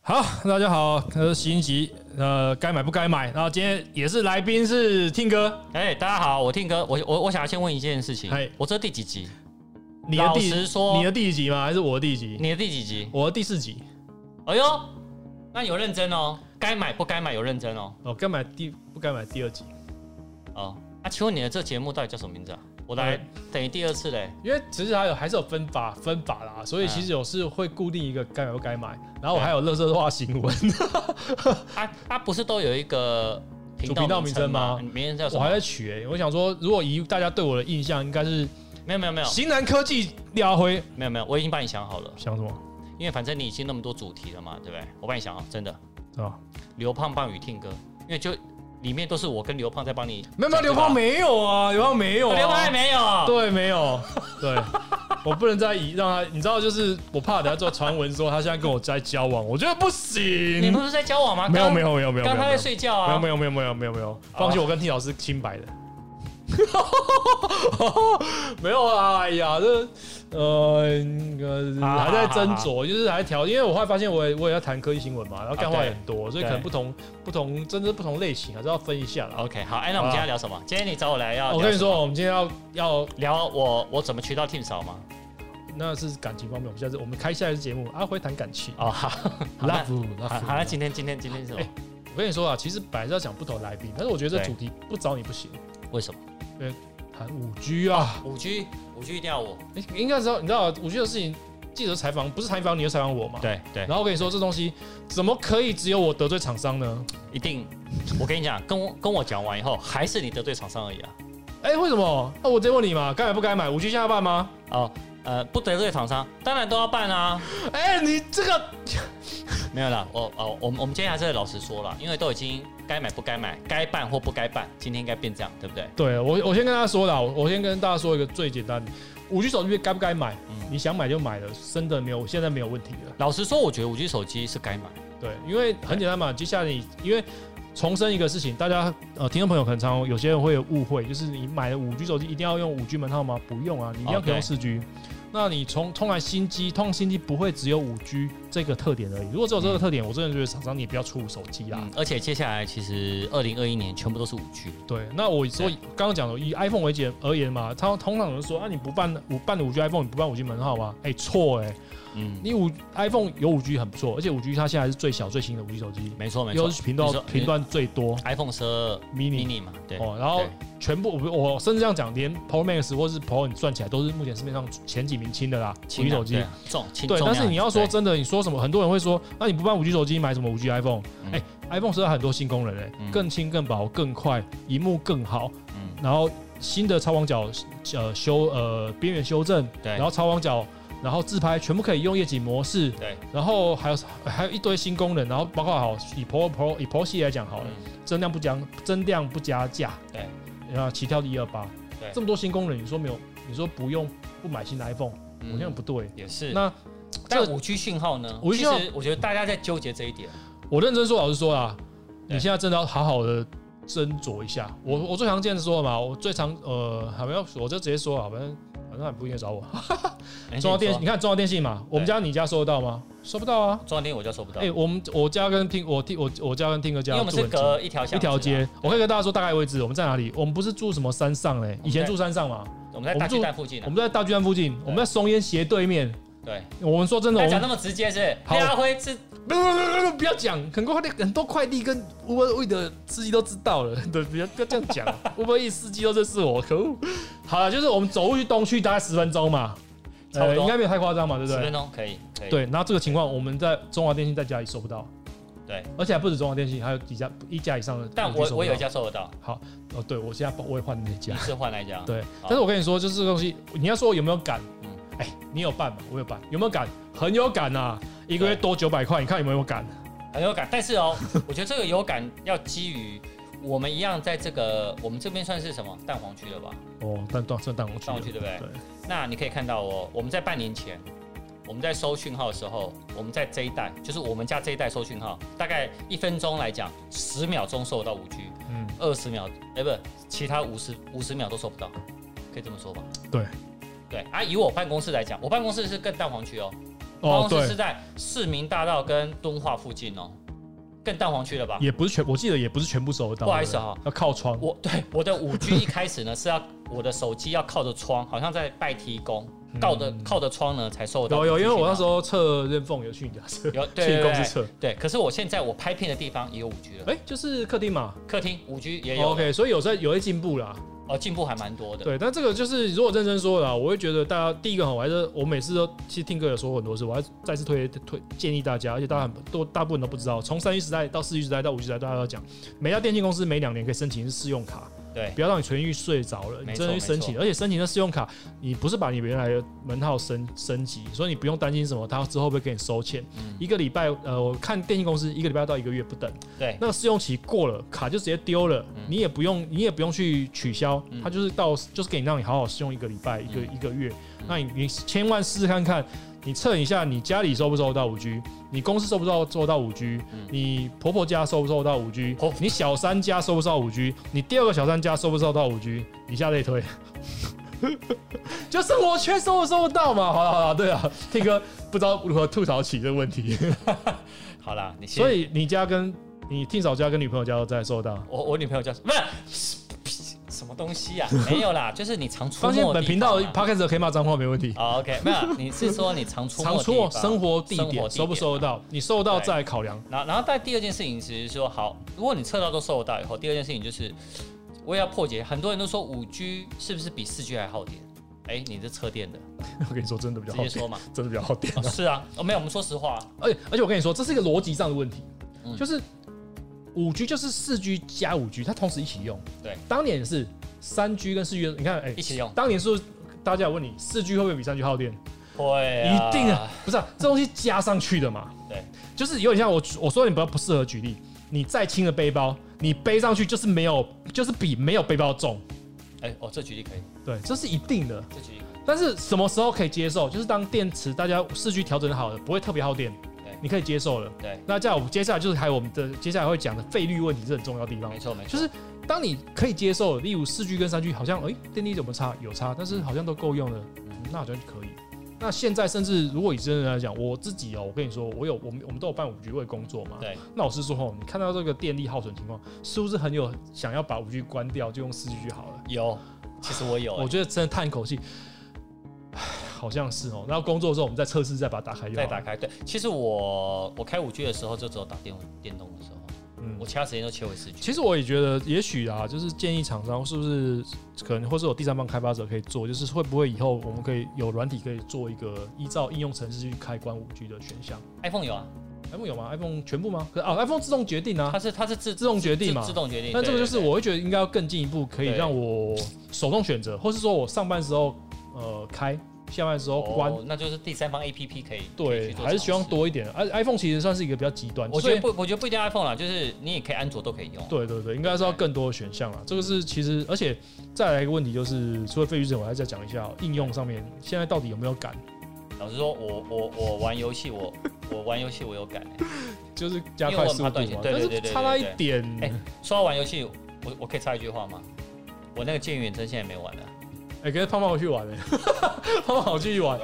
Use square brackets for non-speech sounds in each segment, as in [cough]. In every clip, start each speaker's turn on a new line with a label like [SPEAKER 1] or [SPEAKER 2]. [SPEAKER 1] 好，大家好，呃，新一集，呃，该买不该买。然后今天也是来宾是听哥，
[SPEAKER 2] 哎、大家好，我听歌，我我我想要先问一件事情
[SPEAKER 1] 嗨，
[SPEAKER 2] 我这第几集？
[SPEAKER 1] 你的第
[SPEAKER 2] 老实说
[SPEAKER 1] 你的第几集吗？还是我的第几集？
[SPEAKER 2] 你的第几集？
[SPEAKER 1] 我的第四集。
[SPEAKER 2] 哎呦，那有认真哦，该买不该买有认真哦。
[SPEAKER 1] 哦，该买第不该买第二集，
[SPEAKER 2] 哦，啊，请问你的这节目到底叫什么名字啊？我来、
[SPEAKER 1] 哎
[SPEAKER 2] 等于第二次嘞。
[SPEAKER 1] 因为其实还有还是有分法分法啦，所以其实有是会固定一个该买不该买。然后我还有乐色化新闻，
[SPEAKER 2] 啊啊，不是都有一个频
[SPEAKER 1] 主频道
[SPEAKER 2] 道
[SPEAKER 1] 名
[SPEAKER 2] 名
[SPEAKER 1] 称
[SPEAKER 2] 称
[SPEAKER 1] 吗
[SPEAKER 2] 吗？你名称叫什
[SPEAKER 1] 我还
[SPEAKER 2] 么？
[SPEAKER 1] 在取、欸。我想说，如果以大家对我的印象，应该是
[SPEAKER 2] 没有没有没有
[SPEAKER 1] 型男科技廖辉
[SPEAKER 2] 没有没有，我已经帮你想好了，
[SPEAKER 1] 想什么？
[SPEAKER 2] 因为反正你已经那么多主题了嘛，对不对？我帮你想好，真的。
[SPEAKER 1] 知道？
[SPEAKER 2] 刘胖胖与听歌，因为就里面都是我跟刘胖在帮你。
[SPEAKER 1] 没有没有，刘胖，没有啊，刘胖没有、啊，
[SPEAKER 2] 刘胖还没有。
[SPEAKER 1] [laughs] 对，没有，对，我不能再以让他，你知道，就是我怕等下做传闻说他现在跟我在交往，我觉得不行。
[SPEAKER 2] 你不是在交往吗？
[SPEAKER 1] 没有
[SPEAKER 2] 刚
[SPEAKER 1] 没有没有没有，
[SPEAKER 2] 刚他
[SPEAKER 1] 没
[SPEAKER 2] 在
[SPEAKER 1] 有
[SPEAKER 2] 睡觉
[SPEAKER 1] 没有
[SPEAKER 2] 啊。
[SPEAKER 1] 没有没有没有没有没有，放心，我跟 T 老师清白的。 [laughs] 没有啊，哎呀，这呃呃
[SPEAKER 2] 好好
[SPEAKER 1] 还在斟酌，就是还调，因为我后来发现我也我也要谈科技新闻嘛，然后干话
[SPEAKER 2] 啊
[SPEAKER 1] 也
[SPEAKER 2] 对
[SPEAKER 1] 很多，所以可
[SPEAKER 2] 对
[SPEAKER 1] 能不同不同，真的不同类型还啊是要分一下啦。
[SPEAKER 2] OK，好，哎，那我们今天要聊什么？今天你找我来要，
[SPEAKER 1] 啊我跟你，说，我们今天要要
[SPEAKER 2] 聊我我怎么渠道 Team 少吗？
[SPEAKER 1] 那是感情方面，我们下次我们开下一次节目，阿辉谈感情
[SPEAKER 2] 哦， [laughs] 好，那
[SPEAKER 1] 啊 love
[SPEAKER 2] 好
[SPEAKER 1] love。
[SPEAKER 2] 好，那今天今天今天是什么？
[SPEAKER 1] 我跟你说啊，其实本来是要讲不同来宾，但是我觉得这
[SPEAKER 2] 对
[SPEAKER 1] 主题不找你不行，
[SPEAKER 2] 为什么？
[SPEAKER 1] 谈五 G 啊，
[SPEAKER 2] 五 G，五 G 一定要我。
[SPEAKER 1] 你你应该知道，你知道五 G 的事情，记者采访不是采访你，就采访我嘛。。
[SPEAKER 2] 对对，
[SPEAKER 1] 然后我跟你说，这东西怎么可以只有我得罪厂商呢？
[SPEAKER 2] 一定。我跟你讲，跟我跟我讲完以后，还是你得罪厂商而已啊。
[SPEAKER 1] 哎，为什么？那我直接问你嘛，该买不该买？五 G 现在办吗？
[SPEAKER 2] 哦，呃，不得罪厂商，当然都要办啊。
[SPEAKER 1] 哎，你这个
[SPEAKER 2] 没有啦，我哦，我们我们今天还是老实说了，因为都已经该买不该买，该办或不该办，今天应该变这样，对不对？
[SPEAKER 1] 对我，我先跟大家说啦，我我先跟大家说一个最简单的，五 G 手机该不该买？
[SPEAKER 2] 嗯
[SPEAKER 1] 你想买就买了，真的没有，现在没有问题了。
[SPEAKER 2] 老实说，我觉得五 G 手机是该买。
[SPEAKER 1] 对，因为很简单嘛，接下来你因为重申一个事情，大家呃听众朋友很常有些人会有误会，就是你买了五 G 手机一定要用五 G 门号吗？不用啊，你一样可以用
[SPEAKER 2] 哦对
[SPEAKER 1] 四 G。那你从通来新机，通常新机不会只有五 G 这个特点而已。如果只有这个特点，我真的觉得厂商你不要出手机啦。
[SPEAKER 2] 嗯，而且接下来其实二零二一年全部都是五 G，
[SPEAKER 1] 对，那我说
[SPEAKER 2] 对
[SPEAKER 1] 刚刚讲的以 iPhone 为简而言嘛，他通常有人说啊，你不办五办五 G iPhone，你不办五 G 门号吗？哎、错哎、
[SPEAKER 2] 嗯，
[SPEAKER 1] 你五 iPhone 有五 G 很不错，而且五 G 它现在是最小最新的五 G 手机，
[SPEAKER 2] 没错没
[SPEAKER 1] 优
[SPEAKER 2] 错
[SPEAKER 1] 频
[SPEAKER 2] 你
[SPEAKER 1] 段
[SPEAKER 2] 说
[SPEAKER 1] 频段最多。
[SPEAKER 2] ，iPhone 十二
[SPEAKER 1] mini
[SPEAKER 2] mini 嘛，对，
[SPEAKER 1] 哦，然后全部我我甚至这样讲，连 Pro Max 或是 Pro 你算起来都是目前市面上前几名轻的啦，五
[SPEAKER 2] 轻
[SPEAKER 1] G
[SPEAKER 2] 量
[SPEAKER 1] 手机
[SPEAKER 2] 对。重轻
[SPEAKER 1] 对，
[SPEAKER 2] 重
[SPEAKER 1] 但
[SPEAKER 2] 量
[SPEAKER 1] 是你要说
[SPEAKER 2] 对
[SPEAKER 1] 真的，你说什么？很多人会说，那你不办五 G 手机，买什么五 G iPhone？
[SPEAKER 2] 嗯
[SPEAKER 1] 哎，iPhone 实在很多新功能哎，
[SPEAKER 2] 嗯
[SPEAKER 1] 更轻、更薄、更快，荧幕更好，
[SPEAKER 2] 嗯
[SPEAKER 1] 然后新的超广角呃修呃边缘修正，
[SPEAKER 2] 对，
[SPEAKER 1] 然后超广角，然后自拍全部可以用夜景模式，
[SPEAKER 2] 对，
[SPEAKER 1] 然后还有还有一堆新功能，然后包括好以 Pro Pro 以 Pro 系列来讲好了，
[SPEAKER 2] 嗯
[SPEAKER 1] 增量不加增量不加价，
[SPEAKER 2] 对，
[SPEAKER 1] 然后起跳一二八，
[SPEAKER 2] 对
[SPEAKER 1] 这么多新功能，你说没有？你说不用不买新的 iPhone，、
[SPEAKER 2] 嗯
[SPEAKER 1] 我想不对。
[SPEAKER 2] 也是，
[SPEAKER 1] 那
[SPEAKER 2] 但
[SPEAKER 1] 这
[SPEAKER 2] 五 G 讯号呢？
[SPEAKER 1] 5G
[SPEAKER 2] 其
[SPEAKER 1] 信号
[SPEAKER 2] 实我觉得大家在纠结这一点，
[SPEAKER 1] 我认真说，老实说啦，
[SPEAKER 2] 对
[SPEAKER 1] 你现在真的要好好的斟酌一下。我我最常见的说嘛，我最常呃，好像我就直接说啊，反正反正也不应该找我。
[SPEAKER 2] 哎
[SPEAKER 1] 中华电，
[SPEAKER 2] 你
[SPEAKER 1] 你
[SPEAKER 2] 说
[SPEAKER 1] 看中华电信嘛，我们家你家收得到吗？收不到啊。
[SPEAKER 2] 中华电我就收不到，
[SPEAKER 1] 哎、
[SPEAKER 2] 因
[SPEAKER 1] 我们我家跟听我听我我家跟听哥家
[SPEAKER 2] 为我们
[SPEAKER 1] 住
[SPEAKER 2] 是
[SPEAKER 1] 很近
[SPEAKER 2] 隔一条巷子啊
[SPEAKER 1] 一条街，，我可以跟大家说大概位置，我们在哪里？我们不是住什么山上嘞、以前住山上嘛，
[SPEAKER 2] 我们在
[SPEAKER 1] 我
[SPEAKER 2] 大
[SPEAKER 1] 们住
[SPEAKER 2] 巨蛋附近啊
[SPEAKER 1] 我们在大巨蛋附近，我们在松烟斜对面。
[SPEAKER 2] 对，
[SPEAKER 1] 我们说真的，我
[SPEAKER 2] 不要讲那
[SPEAKER 1] 们
[SPEAKER 2] 么直接是，
[SPEAKER 1] 好
[SPEAKER 2] 廖辉是
[SPEAKER 1] 不不不不不不要讲，很多快递很多快递跟 Uber E 的司机都知道了，对，不要不要这样讲，Uber E 司机都认识我，可恶。好了，就是我们走路去东区大概十分钟嘛，呃
[SPEAKER 2] 差不多
[SPEAKER 1] 应该没有太夸张嘛，对不
[SPEAKER 2] 十
[SPEAKER 1] 对
[SPEAKER 2] 分？钟可以，可以，
[SPEAKER 1] 对，然后这个情况我们在中华电信在家里收不到，
[SPEAKER 2] 对，
[SPEAKER 1] 而且还不止中华电信，还有几家一家以上的，
[SPEAKER 2] 但我我有一，家收得到，
[SPEAKER 1] 哦，对我现在我也换那家
[SPEAKER 2] 你，是换来家，
[SPEAKER 1] 对，
[SPEAKER 2] 啊好
[SPEAKER 1] 但是我跟你说，就是这个东西，你要说有没有敢
[SPEAKER 2] 嗯？
[SPEAKER 1] 哎、你有办吗？我有办，有没有敢？很有敢啊！一个月
[SPEAKER 2] 对
[SPEAKER 1] 多九百块，你看有没有敢？
[SPEAKER 2] 很有感，但是哦， [laughs] 我觉得这个有感要基于我们一样，在这个我们这边算是什么蛋黄区了吧？
[SPEAKER 1] 哦，但但算蛋黄区，
[SPEAKER 2] 蛋黄区对不对
[SPEAKER 1] 对，
[SPEAKER 2] 那你可以看到哦，我们在半年前，我们在收讯号的时候，我们在这一代，就是我们家这一代收讯号，大概一分钟来讲，十秒钟收得到五 G，
[SPEAKER 1] 嗯，
[SPEAKER 2] 二十秒，哎、不，其他五十五十秒都收不到，可以这么说吧？
[SPEAKER 1] 对，
[SPEAKER 2] 对啊，以我办公室来讲，我办公室是更蛋黄区哦，办
[SPEAKER 1] 哦
[SPEAKER 2] 公室是
[SPEAKER 1] 对，
[SPEAKER 2] 在市民大道跟敦化附近哦，更蛋黄区了吧？
[SPEAKER 1] 也不是全，我记得也不是全部收到的，
[SPEAKER 2] 不好意思哈
[SPEAKER 1] 要靠窗。
[SPEAKER 2] 我对我的
[SPEAKER 1] [laughs]
[SPEAKER 2] 五 G 一开始呢是要我的手机要靠着窗，好像在拜提公，靠着靠着窗呢才收得到
[SPEAKER 1] 有
[SPEAKER 2] 5G 信号。
[SPEAKER 1] 嗯有，因为我那时候测认缝有去你家测，
[SPEAKER 2] 有对
[SPEAKER 1] 去
[SPEAKER 2] 对
[SPEAKER 1] 你公司
[SPEAKER 2] 对
[SPEAKER 1] 测，
[SPEAKER 2] 对，可是我现在我拍片的地方也有五 G 了，
[SPEAKER 1] 哎，就是客厅嘛。
[SPEAKER 2] 客厅五 G 也有
[SPEAKER 1] OK，所以有在有在进步啦。
[SPEAKER 2] 哦，进步还蛮多的。
[SPEAKER 1] 对，但这个就是如果认真说啦，我会觉得大家第一个哈，我还是我每次都其实听哥有说过很多次，我还再次推推建议大家，而且大家很多大部分都不知道，从三 G 时代到四 G 时代到五 G 时代，大家都要讲，每家电信公司每两年可以申请一次试用卡，
[SPEAKER 2] 对
[SPEAKER 1] 不要让你存进去睡着了，你
[SPEAKER 2] 没错
[SPEAKER 1] 真的去申请，而且申请的试用卡，你不是把你原来的门号升升级，所以你不用担心什么，他之后会不会给你收钱，
[SPEAKER 2] 嗯
[SPEAKER 1] 一个礼拜，呃，我看电信公司一个礼拜到一个月不等，
[SPEAKER 2] 对
[SPEAKER 1] 那个试用期过了，卡就直接丢了，你也不用，你也不用去取消，
[SPEAKER 2] 嗯
[SPEAKER 1] 它就是到就是给你让你好好试用一个礼拜、一个一个月。
[SPEAKER 2] 嗯
[SPEAKER 1] 那你你千万试试看看，你测一下你家里收不收到五 G，你公司收不收收到五 G，你
[SPEAKER 2] 嗯
[SPEAKER 1] 婆婆家收不收到五 G，
[SPEAKER 2] 婆
[SPEAKER 1] 你小三家收不收到五 G，你第二个小三家收不收到五 G，以下类推。 [laughs] 就生活圈收不收得到嘛？好了好了，对啊，听哥不知道如何吐槽起这个问题，
[SPEAKER 2] 好啦，你先
[SPEAKER 1] 所以你家跟你听嫂家跟女朋友家都在收到。
[SPEAKER 2] 我我女朋友叫什么？不是什么东西啊？没有啦，就是你常出
[SPEAKER 1] 放
[SPEAKER 2] 没
[SPEAKER 1] 心，
[SPEAKER 2] 的
[SPEAKER 1] 本
[SPEAKER 2] 地
[SPEAKER 1] 频
[SPEAKER 2] 方
[SPEAKER 1] 道
[SPEAKER 2] 啊
[SPEAKER 1] podcast 可以骂脏话没问题。
[SPEAKER 2] 哦，OK，没有，你是说你常出没
[SPEAKER 1] 常
[SPEAKER 2] 的
[SPEAKER 1] 出
[SPEAKER 2] 地
[SPEAKER 1] 没
[SPEAKER 2] 方
[SPEAKER 1] 生活地
[SPEAKER 2] 生
[SPEAKER 1] 点收不
[SPEAKER 2] 嘛
[SPEAKER 1] 收得到？你收得到再来考量。 [laughs]
[SPEAKER 2] 然后，然后但第二件事情其实说好，如果你测到都收得到以后，第二件事情就是我也要破解。很多人都说五 G 是不是比四 G 还耗电？哎，你这车电的，
[SPEAKER 1] 我跟你说，真的比较
[SPEAKER 2] 直
[SPEAKER 1] 好
[SPEAKER 2] 接
[SPEAKER 1] 点，[laughs]
[SPEAKER 2] 说嘛。
[SPEAKER 1] 真的比较好点。
[SPEAKER 2] 哦是啊，哦没有，我们说实话啊，
[SPEAKER 1] 而且而且我跟你说，这是一个逻辑上的问题
[SPEAKER 2] 嗯，
[SPEAKER 1] 就是五 G 就是四 G 加五 G，它同时一起用。
[SPEAKER 2] 对，
[SPEAKER 1] 当年也是三 G 跟四 G，你看，哎
[SPEAKER 2] 一，起用
[SPEAKER 1] 当年是不是大家有问你四 G 会不会比三 G 耗电？
[SPEAKER 2] 会啊
[SPEAKER 1] 一定啊，不是啊，这东西加上去的嘛。
[SPEAKER 2] 对，
[SPEAKER 1] 就是有点像我我说你不要不适合举例，你再轻的背包，你背上去就是没有，就是比没有背包重。
[SPEAKER 2] 哎，哦，这举例可以，
[SPEAKER 1] 对，这是一定的。
[SPEAKER 2] 这举例可以
[SPEAKER 1] 但是什么时候可以接受？就是当电池大家四 G 调整好了，不会特别耗电
[SPEAKER 2] 对，
[SPEAKER 1] 你可以接受了。
[SPEAKER 2] 对，
[SPEAKER 1] 那这样我们接下来就是还有我们的接下来会讲的费率问题是很重要的地方
[SPEAKER 2] 没。错没错，
[SPEAKER 1] 就是当你可以接受，例如四 G 跟三 G 好像，哎、电力怎么差？有差，但是好像都够用了，
[SPEAKER 2] 嗯
[SPEAKER 1] 那好像可以。那现在甚至如果以真的来讲，我自己哦、我跟你说，我有我们我们都有办五 G 为工作嘛。
[SPEAKER 2] 对，
[SPEAKER 1] 那我是说哦，你看到这个电力耗损情况，是不是很有想要把五 G 关掉，就用四 G 好了？
[SPEAKER 2] 有，其实我有、哎
[SPEAKER 1] 我觉得真的叹一口气，唉好像是哦、然后工作的时候，我们再测试，再把它打开就好
[SPEAKER 2] 再
[SPEAKER 1] 了。
[SPEAKER 2] 打开。对，其实我我开五 G 的时候，就只有打电电动的时候，
[SPEAKER 1] 嗯
[SPEAKER 2] 我其他时间都切回四 G。
[SPEAKER 1] 其实我也觉得，也许啊，就是建议厂商是不是可能，或是有第三方开发者可以做，就是会不会以后我们可以有软体可以做一个依照应用程式去开关五 G 的选项
[SPEAKER 2] iPhone 有啊，
[SPEAKER 1] ？iPhone 哎有吗？iPhone 全部吗？可啊，iPhone 自动决定啊
[SPEAKER 2] 它，是它是自
[SPEAKER 1] [laughs] 自动决定
[SPEAKER 2] 自
[SPEAKER 1] 嘛
[SPEAKER 2] 自。动决定。
[SPEAKER 1] 但这个
[SPEAKER 2] 对
[SPEAKER 1] 就是，我会觉得应该要更进一步，可以
[SPEAKER 2] 对
[SPEAKER 1] 让我手动选择，或是说我上班时候呃开，下班时候
[SPEAKER 2] 对对
[SPEAKER 1] 关。
[SPEAKER 2] 哦，那就是第三方 APP 可以可以
[SPEAKER 1] 对，
[SPEAKER 2] 去做
[SPEAKER 1] 还是
[SPEAKER 2] 尝
[SPEAKER 1] 希望
[SPEAKER 2] 试
[SPEAKER 1] 多一点。而 iPhone 其实算是一个比较极端，
[SPEAKER 2] 我
[SPEAKER 1] 所以
[SPEAKER 2] 觉得不，我觉得不一定要 iPhone 啦，就是你也可以安卓都可以用。
[SPEAKER 1] 对对对，应该是要更多的选项啊。这个是其实，而且再来一个问题就是，除了废墟之前，我还再讲一下哦应用上面现在到底有没有赶，
[SPEAKER 2] 老实说，我我我玩游戏，我我玩游戏我有改、
[SPEAKER 1] 就是加快速
[SPEAKER 2] 因为我很怕
[SPEAKER 1] 度
[SPEAKER 2] 断线
[SPEAKER 1] 嘛。
[SPEAKER 2] 对
[SPEAKER 1] 但
[SPEAKER 2] 对
[SPEAKER 1] 是
[SPEAKER 2] 对对
[SPEAKER 1] 差那一
[SPEAKER 2] 对对
[SPEAKER 1] 点，
[SPEAKER 2] 哎
[SPEAKER 1] 哎、
[SPEAKER 2] 说到玩游戏，我我可以插一句话吗？我那个《剑与远征》现在也没玩了。
[SPEAKER 1] 跟胖胖我去玩哎、胖胖我继续玩，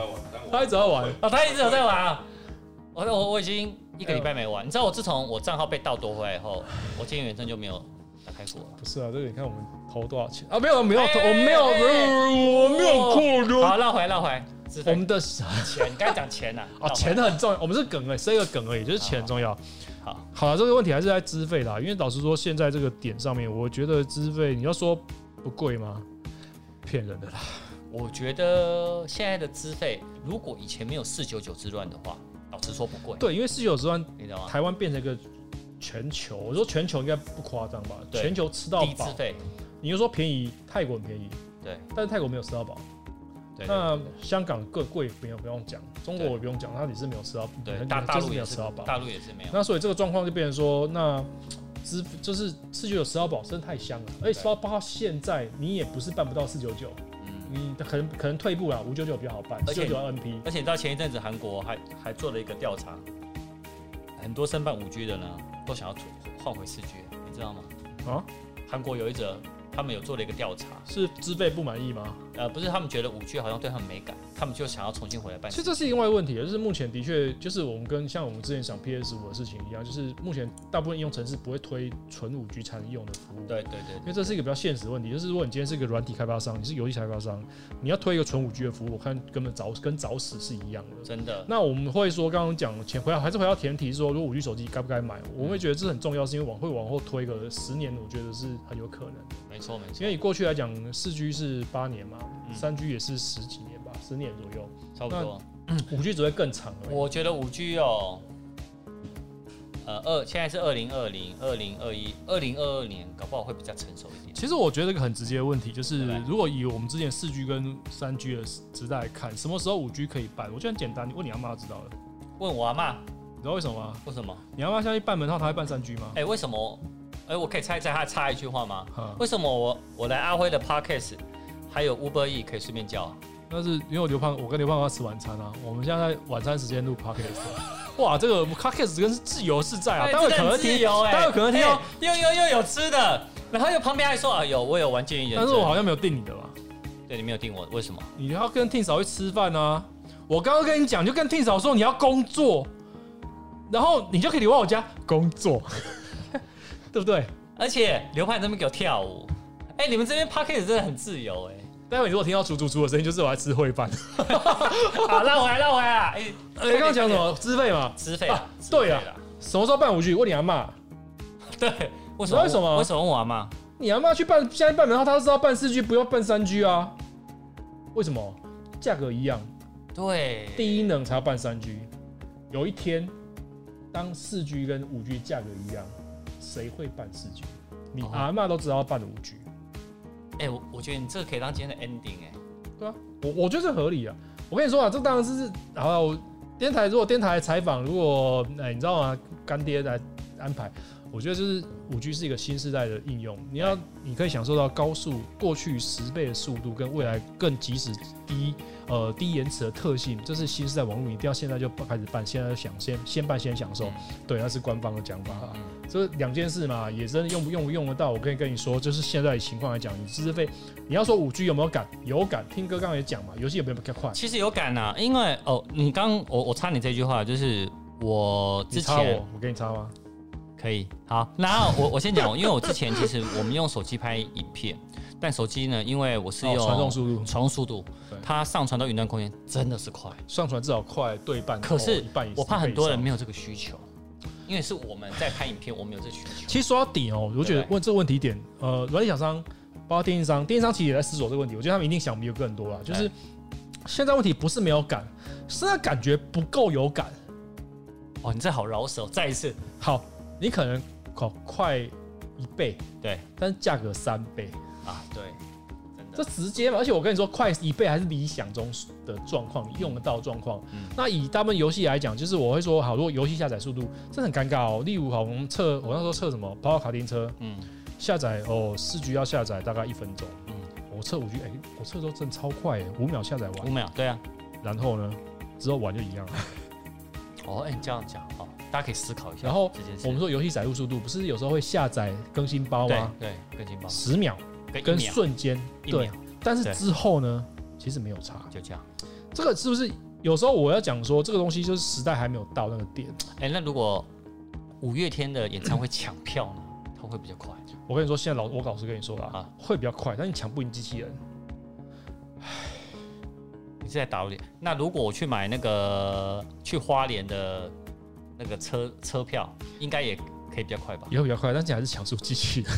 [SPEAKER 1] 他一直要玩。
[SPEAKER 2] 哦，他一直有在玩啊。我我我已经一个礼拜没玩。你知道我自从我账号被盗夺回来以后，我《剑与远征》就没有打开过了。
[SPEAKER 1] 不是啊，这个你看我们投多少钱啊？没有没有，
[SPEAKER 2] 哎
[SPEAKER 1] 投我没有
[SPEAKER 2] 哎
[SPEAKER 1] 我没有扩
[SPEAKER 2] 好，
[SPEAKER 1] 充。
[SPEAKER 2] 绕回来绕回来，资
[SPEAKER 1] 我
[SPEAKER 2] 费
[SPEAKER 1] 们的
[SPEAKER 2] 钱，你刚才讲钱呐、
[SPEAKER 1] [laughs] 啊
[SPEAKER 2] 绕回来
[SPEAKER 1] 钱很重要，我们是梗哎，是一个梗而已，就是钱很重要。
[SPEAKER 2] 啊好，
[SPEAKER 1] 好了，这个问题还是在资费啦，因为老实说，现在这个点上面，我觉得资费你要说不贵吗？骗人的啦。
[SPEAKER 2] 我觉得现在的资费，如果以前没有四九九之乱的话，老实说不贵，
[SPEAKER 1] 对，因为四九之湾，
[SPEAKER 2] 你知道吗？
[SPEAKER 1] 台湾变成一个全球，我说全球应该不夸张吧？
[SPEAKER 2] 对
[SPEAKER 1] 全球吃到
[SPEAKER 2] 低资
[SPEAKER 1] 饱，
[SPEAKER 2] 费，
[SPEAKER 1] 你就说便宜，泰国很便宜，
[SPEAKER 2] 对
[SPEAKER 1] 但是泰国没有吃到饱。
[SPEAKER 2] 对对
[SPEAKER 1] 那
[SPEAKER 2] 对对
[SPEAKER 1] 香港更贵，不用不用讲，中国
[SPEAKER 2] 对
[SPEAKER 1] 也不用讲，它也是没有吃到，
[SPEAKER 2] 对，
[SPEAKER 1] 很
[SPEAKER 2] 大大
[SPEAKER 1] 就是
[SPEAKER 2] 陆
[SPEAKER 1] 没
[SPEAKER 2] 也
[SPEAKER 1] 有
[SPEAKER 2] 是
[SPEAKER 1] 吃到饱。
[SPEAKER 2] 大陆也是没有。
[SPEAKER 1] 那所以这个状况就变成说，那支就是四九九吃到饱，真的太香了。而且吃到饱现在你也不是办不到四九九，
[SPEAKER 2] 嗯，
[SPEAKER 1] 你可能可能退步了，五九九比较好办，
[SPEAKER 2] 而
[SPEAKER 1] 四
[SPEAKER 2] 且
[SPEAKER 1] 九九 NP。
[SPEAKER 2] 而且你知道前一阵子韩国还还做了一个调查，很多申办五 G 的呢，都想要换回四 G，你知道吗？
[SPEAKER 1] 啊，
[SPEAKER 2] 韩国有一则，他们有做了一个调查，
[SPEAKER 1] 是资费不满意吗？
[SPEAKER 2] 呃，不是他们觉得五 G 好像对他们没感，他他们就想要重新回来办
[SPEAKER 1] 其。实这是另外一个问题，就是目前的确就是我们跟像我们之前想 PS 五的事情一样，就是目前大部分应用程式不会推纯五 G 才能用的服务。
[SPEAKER 2] 对对对
[SPEAKER 1] 因为这是一个比较现实的问题，就是如果你今天是一个软体开发商，你是游戏开发商，你要推一个纯五 G 的服务，我看根本早跟早死是一样的。
[SPEAKER 2] 真的，
[SPEAKER 1] 那我们会说，刚刚讲前回到还是回到前提是说，如果五 G 手机该不该买，我们会觉得这很重要，是因为往会往后推个十年，我觉得是很有可能。
[SPEAKER 2] 没错没
[SPEAKER 1] 因
[SPEAKER 2] 错
[SPEAKER 1] 为，以过去来讲，四 G 是八年嘛，
[SPEAKER 2] 嗯
[SPEAKER 1] 三 G 也是十几年吧，十年左右，
[SPEAKER 2] 差不多。
[SPEAKER 1] 五 G 只会更长而已。
[SPEAKER 2] 我觉得五 G 哦，呃，二现在是二零二零、二零二一、二零二二年，搞不好会比较成熟一点。
[SPEAKER 1] 其实我觉得这个很直接的问题，就
[SPEAKER 2] 对
[SPEAKER 1] 是
[SPEAKER 2] 吧
[SPEAKER 1] 如果以我们之前四 G 跟三 G 的时代来看，什么时候五 G 可以办？我觉得很简单，你问你阿妈就知道了。
[SPEAKER 2] 问我阿妈
[SPEAKER 1] 你知道为什么吗？
[SPEAKER 2] 为什么？
[SPEAKER 1] 你阿妈下去办门号，她会办三 G 吗？
[SPEAKER 2] 哎、为什么？哎、我可以猜一猜，他插一句话吗？
[SPEAKER 1] 啊，
[SPEAKER 2] 为什么我我来阿辉的 podcast 还有 Uber E 可以顺便叫啊？
[SPEAKER 1] 但是因为我刘胖，我跟刘胖要吃晚餐啊，我们现在在晚餐时间录 podcast。哇， [laughs] 这个 podcast 跟是自由自在
[SPEAKER 2] 哎
[SPEAKER 1] 啊，待会可能
[SPEAKER 2] 自
[SPEAKER 1] 听，
[SPEAKER 2] 由哎，
[SPEAKER 1] 待会可能听哦到，
[SPEAKER 2] 哎又又又有吃的，然后又旁边还说啊有我有玩《监狱人
[SPEAKER 1] 但
[SPEAKER 2] 生》，
[SPEAKER 1] 是我好像没有定你的吧？
[SPEAKER 2] 对你没有定我，为什么？
[SPEAKER 1] 你要跟 Tin 嫂去吃饭啊！我刚刚跟你讲，就跟 Tin 嫂说你要工作，然后你就可以留在我家工作， [laughs] 对不对？
[SPEAKER 2] 而且刘盼这边给我跳舞，哎、你们这边 podcast 真的很自由哎、
[SPEAKER 1] [laughs] 待会你如果听到“煮煮煮”的声音，就是我在吃烩饭。
[SPEAKER 2] 好，拉回来，拉回来啊！哎、
[SPEAKER 1] 哎，刚刚讲什么资费嘛？
[SPEAKER 2] 资费啊
[SPEAKER 1] 啊？
[SPEAKER 2] 资费
[SPEAKER 1] 对啊
[SPEAKER 2] 啦，
[SPEAKER 1] 什么时候办五 G？问你阿妈，
[SPEAKER 2] 啊对，为
[SPEAKER 1] 为什么
[SPEAKER 2] 为什么问我阿妈？
[SPEAKER 1] 你阿妈去办，现在办门号，她知道办四 G，不要办三 G 啊？为什么？价格一样，
[SPEAKER 2] 对，
[SPEAKER 1] 第一能才要办三 G。有一天，当四 G 跟五 G 价格一样，谁会办四 G？你
[SPEAKER 2] 哦
[SPEAKER 1] 阿妈都知道要办五 G。
[SPEAKER 2] 哎、我我觉得你这个可以当今天的 ending 哎、
[SPEAKER 1] 对啊，我我觉得这合理啊。我跟你说啊，这当然是好了。我电台如果电台采访，如果哎、你知道吗？干爹来安排，我觉得就是五 G 是一个新时代的应用，你要你可以享受到高速过去十倍的速度，跟未来更及时低呃低延迟的特性，这是新时代网络，你一定要现在就开始办，现在就想先先办先享受
[SPEAKER 2] 嗯，
[SPEAKER 1] 对，那是官方的讲法啊。
[SPEAKER 2] 嗯，
[SPEAKER 1] 这两件事嘛，也真的用不用不用得到，我可以跟你说，就是现在的情况来讲，你资费，你要说五 G 有没有赶？有赶，听哥刚才也讲嘛，游戏有没有比较啊快？
[SPEAKER 2] 其实有感呐、因为哦，你刚我我插你这句话，就是我
[SPEAKER 1] 你
[SPEAKER 2] 之
[SPEAKER 1] 插
[SPEAKER 2] 前
[SPEAKER 1] 我，我给你插吗？
[SPEAKER 2] 可以好，然后我我先讲，因为我之前其实我们用手机拍影片，但手机呢，因为我是用
[SPEAKER 1] 哦传送速度，
[SPEAKER 2] 传送速度
[SPEAKER 1] 对，
[SPEAKER 2] 它上传到云端空间真的是快，
[SPEAKER 1] 上传至少快对半，
[SPEAKER 2] 可是
[SPEAKER 1] 哦一半以上
[SPEAKER 2] 我怕很多人。没有这个需求，因为是我们在拍影片，我们有这个需求。
[SPEAKER 1] 其实说到底哦，我觉得
[SPEAKER 2] 对
[SPEAKER 1] 问这个问题点，呃，软体厂商包括电信商，电信商其实也在思索这个问题，我觉得他们一定想比我更多了，就是现在问题不是没有赶，是他感觉不够有感。
[SPEAKER 2] 哦，你这好饶舌，再一次，
[SPEAKER 1] 好，你可能哦快一倍，
[SPEAKER 2] 对
[SPEAKER 1] 但是价格三倍。
[SPEAKER 2] 啊，对，真
[SPEAKER 1] 这
[SPEAKER 2] 的，
[SPEAKER 1] 直接嘛，而且我跟你说，快一倍还是理想中的状况，用得到状况。
[SPEAKER 2] 嗯
[SPEAKER 1] 那以大部分游戏来讲，就是我会说，好，如果游戏下载速度，这很尴尬哦。例如，好，我们测，我那时候测什么，跑跑卡丁车
[SPEAKER 2] 嗯，
[SPEAKER 1] 下载哦，四 G 要下载大概一分钟，
[SPEAKER 2] 嗯
[SPEAKER 1] 我测五 G，哎、我测的时候真的超快耶，五秒下载
[SPEAKER 2] 五
[SPEAKER 1] 完，
[SPEAKER 2] 秒，对啊，
[SPEAKER 1] 然后呢，之后玩就
[SPEAKER 2] [laughs]
[SPEAKER 1] 一样了。
[SPEAKER 2] 哦，哎、你这样讲哦，大家可以思考一下。
[SPEAKER 1] 然后
[SPEAKER 2] 这件事，
[SPEAKER 1] 我们说游戏载入速度，不是有时候会下载更新包
[SPEAKER 2] 对
[SPEAKER 1] 吗？
[SPEAKER 2] 对，更劲爆，
[SPEAKER 1] 十秒
[SPEAKER 2] 跟
[SPEAKER 1] 跟
[SPEAKER 2] 一秒
[SPEAKER 1] 瞬间，
[SPEAKER 2] 一秒
[SPEAKER 1] 对，但
[SPEAKER 2] 对
[SPEAKER 1] 是之后呢，其实没有差。
[SPEAKER 2] 就这样。
[SPEAKER 1] 这个是不是有时候我要讲说这个东西就是时代还没有到那个点？
[SPEAKER 2] 哎、那如果五月天的演唱会抢票呢，它会比较快。
[SPEAKER 1] 我跟你说，现在老我老实跟你说啦，
[SPEAKER 2] 啊
[SPEAKER 1] 会比较快，但你抢不赢机器人。
[SPEAKER 2] 你是在打我脸？那如果我去买那个去花莲的那个车车票，应该也可以比较快吧？
[SPEAKER 1] 也会比较快，但是还是抢输机器人。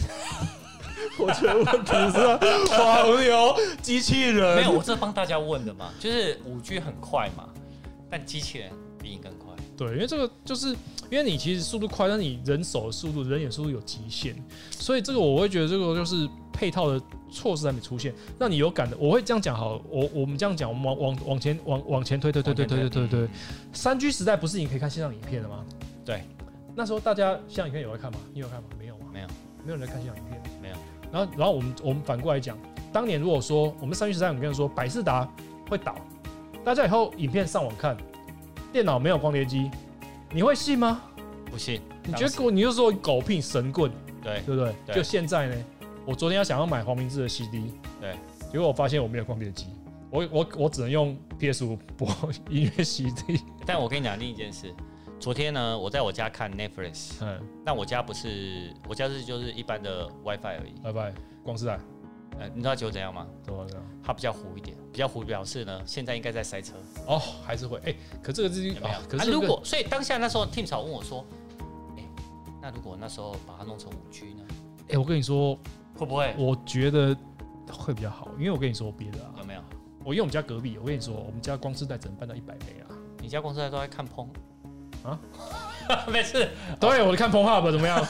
[SPEAKER 1] [laughs] 我觉得问题是黄牛机器人
[SPEAKER 2] 没有，我这帮大家问的嘛，就是五 G 很快嘛，但机器人比你更快。
[SPEAKER 1] 对，因为这个就是因为你其实速度快，但你人手的速度、人眼速度有极限，所以这个我会觉得这个就是配套的措施还没出现，让你有感的。我会这样讲好了，我我们这样讲，我们往往往前往往前推推推推推推推推，三 G 时代不是你可以看线上影片的吗？
[SPEAKER 2] 对，
[SPEAKER 1] 那时候大家线上影片有在看吗？你有看吗？没有吗？
[SPEAKER 2] 没有，
[SPEAKER 1] 没有人在看线上影片。
[SPEAKER 2] 没有。
[SPEAKER 1] 然后，然后我们我们反过来讲，当年如果说我们三 G 时代，我们跟人说百事达会倒，大家以后影片上网看，电脑没有光碟机，你会信吗？
[SPEAKER 2] 不信？
[SPEAKER 1] 你
[SPEAKER 2] 当
[SPEAKER 1] 觉得
[SPEAKER 2] 时
[SPEAKER 1] 狗你就说狗屁神棍，
[SPEAKER 2] 对
[SPEAKER 1] 对不对？
[SPEAKER 2] 对
[SPEAKER 1] 就现在呢，我昨天要想要买黄明志的 CD，
[SPEAKER 2] 对，
[SPEAKER 1] 结果我发现我没有光碟机，我我我只能用 PS 五播音乐 CD。
[SPEAKER 2] 但我跟你讲另一件事，昨天呢，我在我家看 Netflix，
[SPEAKER 1] 嗯，
[SPEAKER 2] 但我家不是，我家是就是一般的 WiFi 而已。
[SPEAKER 1] 拜拜，光是爱，
[SPEAKER 2] 呃，你知道结果怎样吗？
[SPEAKER 1] 怎么样？
[SPEAKER 2] 它比较糊一点，比较糊表示呢，现在应该在塞车，
[SPEAKER 1] 哦，还是会哎、可这个是
[SPEAKER 2] 有没有？
[SPEAKER 1] 啊，可
[SPEAKER 2] 啊
[SPEAKER 1] 是、
[SPEAKER 2] 如果所以当下那时候 Tim 草问我说，哎、那如果那时候把它弄成五 G 呢，
[SPEAKER 1] 哎、我跟你说，
[SPEAKER 2] 会不会？
[SPEAKER 1] 我觉得会比较好，因为我跟你说别的啊，
[SPEAKER 2] 有没有？
[SPEAKER 1] 我因为我们家隔壁，我跟你说，我们家光是带只能办到一百枚啊。
[SPEAKER 2] 你家公司还都在看碰
[SPEAKER 1] 啊？
[SPEAKER 2] [laughs] 没事，
[SPEAKER 1] 对，我看 p o n Hub 怎么样？哦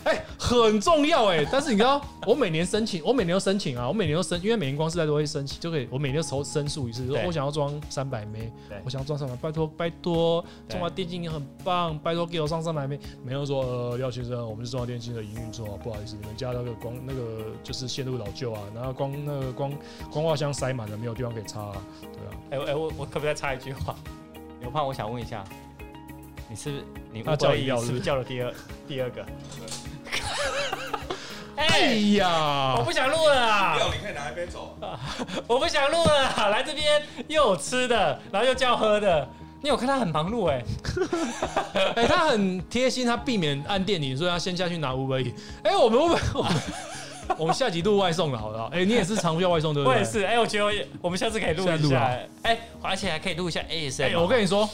[SPEAKER 1] [laughs] 哎、很重要哎、但是你知道，我每年申请，我每年都申请啊，我每年都申，因为每年光世代都会申请，就可以，我每年都投申诉一次，说
[SPEAKER 2] 对
[SPEAKER 1] 我想要装三百枚
[SPEAKER 2] 对，
[SPEAKER 1] 我想要装三百，拜托拜托，
[SPEAKER 2] 对
[SPEAKER 1] 中华电信也很棒，拜托给我上三百枚。没有说呃，廖先生，我们是中华电信的营运处啊，不好意思，你们家那个光那个就是线路老旧啊，然后光那个光光挂箱塞满了，没有地方可以插、啊，对啊，
[SPEAKER 2] 哎、我哎、我我可不可以再插一句话？ [laughs] 刘胖，我想问一下，你是不是你
[SPEAKER 1] 他叫你要
[SPEAKER 2] 是
[SPEAKER 1] 是不
[SPEAKER 2] 不
[SPEAKER 1] 是
[SPEAKER 2] 是叫了第二 [laughs] 第二个？
[SPEAKER 1] [laughs] 哎
[SPEAKER 2] 哎、我
[SPEAKER 1] 呀，
[SPEAKER 2] 不想录了啊！
[SPEAKER 3] 料你可以拿一杯走，
[SPEAKER 2] 我不想录了啊！来这边又有吃的，然后又叫喝的。你有看他很忙碌哎、
[SPEAKER 1] [laughs] 哎、他很贴心，他避免按电铃，所以他先下去拿五百亿。哎、我们 Uber- 我们我们下集录外送了，好了，哎、你也是常叫外送对不
[SPEAKER 2] 我
[SPEAKER 1] 对？
[SPEAKER 2] 也。是哎、我觉得我我们下次可以录
[SPEAKER 1] 现在
[SPEAKER 2] 一
[SPEAKER 1] 录
[SPEAKER 2] 下
[SPEAKER 1] 啊
[SPEAKER 2] 哎、而且还可以录一下 ASM、
[SPEAKER 1] 哎、我跟你说，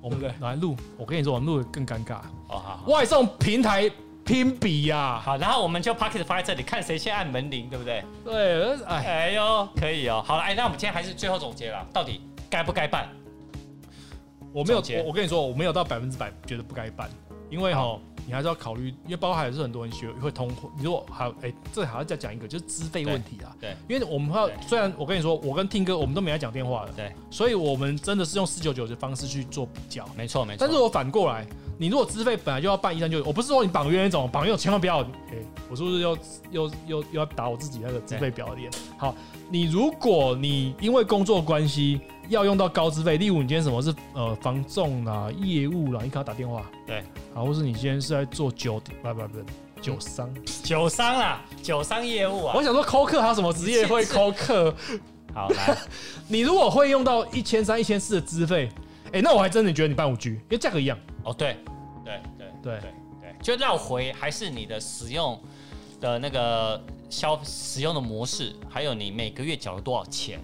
[SPEAKER 1] 我们
[SPEAKER 2] 对不
[SPEAKER 1] 来录，我跟你说，我们录的更尴尬。
[SPEAKER 2] 哦好好
[SPEAKER 1] 外送平台拼比呀、
[SPEAKER 2] 好，然后我们就 Pocket 放在这里，看谁先按门铃，对不对？
[SPEAKER 1] 对，哎，
[SPEAKER 2] 哎呦，可以哦。好了，哎，那我们今天还是最后总结了，到底该不该办？
[SPEAKER 1] 我没有，
[SPEAKER 2] 总结
[SPEAKER 1] 我我跟你说，我没有到百分之百觉得不该办，因为哈，你还是要考虑，因为包含还是很多人学会通货，你如果还有哎、这还要再讲一个，就是资费问题啊。
[SPEAKER 2] 对
[SPEAKER 1] 因为我们要
[SPEAKER 2] 对
[SPEAKER 1] 虽然我跟你说，我跟听哥我们都没来讲电话的，
[SPEAKER 2] 对，
[SPEAKER 1] 所以我们真的是用四九九的方式去做比较。
[SPEAKER 2] 没错没错。
[SPEAKER 1] 但是我反过来，你如果资费本来就要办一三九九，我不是说你绑约那种，绑约我千万不要。哎、我是不是又又又又要打我自己那个资费表的脸？好，你如果你因为工作关系要用到高资费，例如你今天什么是呃房仲啦、业务啦，你可能要打电话，
[SPEAKER 2] 对，
[SPEAKER 1] 好，或是你今天是在做酒，不不不，酒商。
[SPEAKER 2] 酒商啦，酒商业务啊
[SPEAKER 1] 我。想说扣客还有什么职业会扣客？
[SPEAKER 2] 好，来，
[SPEAKER 1] 你如果会用到一千三、一千四的资费，哎、那我还真的觉得你办五 G，因为价格一样。
[SPEAKER 2] 哦对，对对
[SPEAKER 1] 对
[SPEAKER 2] 对对，就绕回还是你的使用的那个消使用的模式，还有你每个月缴了多少钱，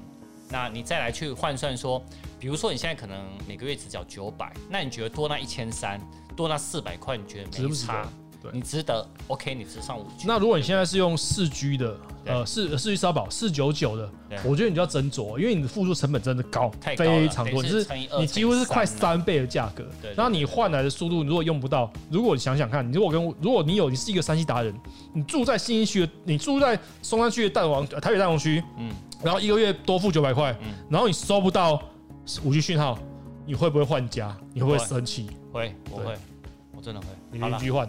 [SPEAKER 2] 那你再来去换算说，比如说你现在可能每个月只缴九百，那你觉得多那一千三，多那四百块，你觉得
[SPEAKER 1] 值
[SPEAKER 2] 没
[SPEAKER 1] 不值
[SPEAKER 2] 差
[SPEAKER 1] 得？对
[SPEAKER 2] 你值得，OK，你值上五千。
[SPEAKER 1] 那如果你现在是用四 G 的，
[SPEAKER 2] 对
[SPEAKER 1] 呃，四四 G 沙堡四九九的
[SPEAKER 2] 对，
[SPEAKER 1] 我觉得你就要斟酌，因为你的付出成本真的高，
[SPEAKER 2] 太高了
[SPEAKER 1] 非常多，
[SPEAKER 2] 等
[SPEAKER 1] 你
[SPEAKER 2] 于是
[SPEAKER 1] 是
[SPEAKER 2] 乘以二
[SPEAKER 1] 你几乎是快
[SPEAKER 2] 乘以三
[SPEAKER 1] 三倍的价格
[SPEAKER 2] 对对。
[SPEAKER 1] 然后你换来的速度，如果用不到，如果你想想看，你如果跟如果你有你是一个山西达人，你住在新一区的，你住在松山区的蛋黄、呃台北蛋黄区，
[SPEAKER 2] 嗯，
[SPEAKER 1] 然后一个月多付九百块
[SPEAKER 2] 嗯，
[SPEAKER 1] 然后你收不到五 G 讯号，你会不会换家？你会不会
[SPEAKER 2] 会
[SPEAKER 1] 生气？
[SPEAKER 2] 会，我
[SPEAKER 1] 对
[SPEAKER 2] 会，我真的会。
[SPEAKER 1] 你
[SPEAKER 2] 好
[SPEAKER 1] 邻
[SPEAKER 2] 了，
[SPEAKER 1] 居换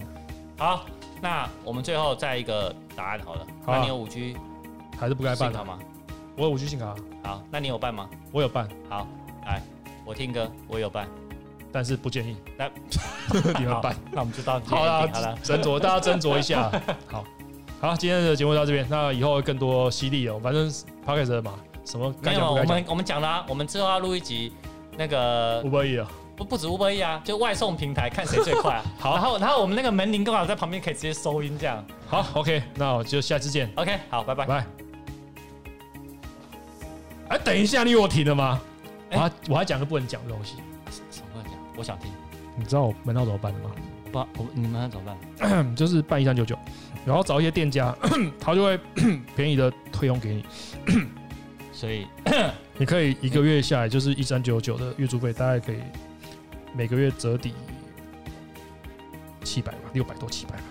[SPEAKER 2] 好，那我们最后再一个答案好了。
[SPEAKER 1] 好啊
[SPEAKER 2] 那你有五 G
[SPEAKER 1] 还是不该
[SPEAKER 2] 信
[SPEAKER 1] 办
[SPEAKER 2] 卡
[SPEAKER 1] 啊？
[SPEAKER 2] 吗？
[SPEAKER 1] 我有五 G 信卡，啊
[SPEAKER 2] 好，那你有办吗？
[SPEAKER 1] 我有办，
[SPEAKER 2] 好，来，我听歌，我有办。
[SPEAKER 1] 但是不建议
[SPEAKER 2] 那
[SPEAKER 1] [laughs] 你们办。
[SPEAKER 2] 那我们就到哎
[SPEAKER 1] 好
[SPEAKER 2] 了，
[SPEAKER 1] 啦，
[SPEAKER 2] 好了，
[SPEAKER 1] 斟酌，大家斟酌一下。 [laughs] 好，好，今天的节目到这边，那以后更多犀利哦，反正 p o c a s t 嘛，什么该
[SPEAKER 2] 没有，
[SPEAKER 1] 讲不
[SPEAKER 2] 我
[SPEAKER 1] 该讲，
[SPEAKER 2] 们我们讲了、啊，我们之后要录一集那个
[SPEAKER 1] 五百亿啊，
[SPEAKER 2] 不不止 u b e 啊，就外送平台看谁最 [laughs] 快、啊。
[SPEAKER 1] 好
[SPEAKER 2] 然后然后我们那个门铃刚好在旁边，可以直接收音这样。
[SPEAKER 1] 好，OK，那我就下次见，
[SPEAKER 2] OK，好，拜拜
[SPEAKER 1] 拜。拜。哎，等一下，你以为我停了吗？我
[SPEAKER 2] 哎
[SPEAKER 1] 还我还讲个不能讲的东西，
[SPEAKER 2] 什么讲？我想听。
[SPEAKER 1] 你知道我门道怎么办的吗？
[SPEAKER 2] 不，我你们怎么办？
[SPEAKER 1] 嗯就是办一三九九，然后找一些店家， [coughs] 他就会便宜的退佣给你。
[SPEAKER 2] 所以
[SPEAKER 1] 你可以一个月下来就是一三九九的月租费，大概可以每个月折抵七百吧，六百多七百吧，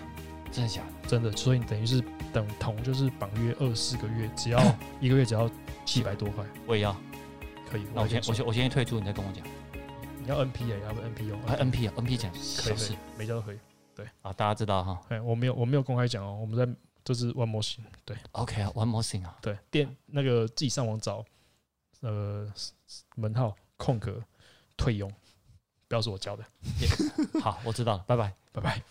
[SPEAKER 2] 真的假的？
[SPEAKER 1] 真的。所以你等于是等同就是绑约二四个月，只
[SPEAKER 2] [laughs]
[SPEAKER 1] 要一个月只要七百多块，
[SPEAKER 2] 我也要。
[SPEAKER 1] 可以。
[SPEAKER 2] 那我
[SPEAKER 1] 跟
[SPEAKER 2] 先
[SPEAKER 1] 你说
[SPEAKER 2] 我先我先退出，你再跟我讲。
[SPEAKER 1] 你要 NP 哎，要不 NP
[SPEAKER 2] 啊
[SPEAKER 1] 哦，
[SPEAKER 2] ，NP 啊，NP 讲
[SPEAKER 1] 可以
[SPEAKER 2] 小
[SPEAKER 1] 可
[SPEAKER 2] 事
[SPEAKER 1] 以，每家都可以。
[SPEAKER 2] 啊，大家知道哈。
[SPEAKER 1] 哎，我没有我没有公开讲哦，我们在就是玩模型，对
[SPEAKER 2] OK 啊，One more thing 啊，
[SPEAKER 1] 对，店那个自己上网找呃门号空格退佣，不要是我教的，
[SPEAKER 2] 好，我知道了，拜拜。
[SPEAKER 1] 拜拜。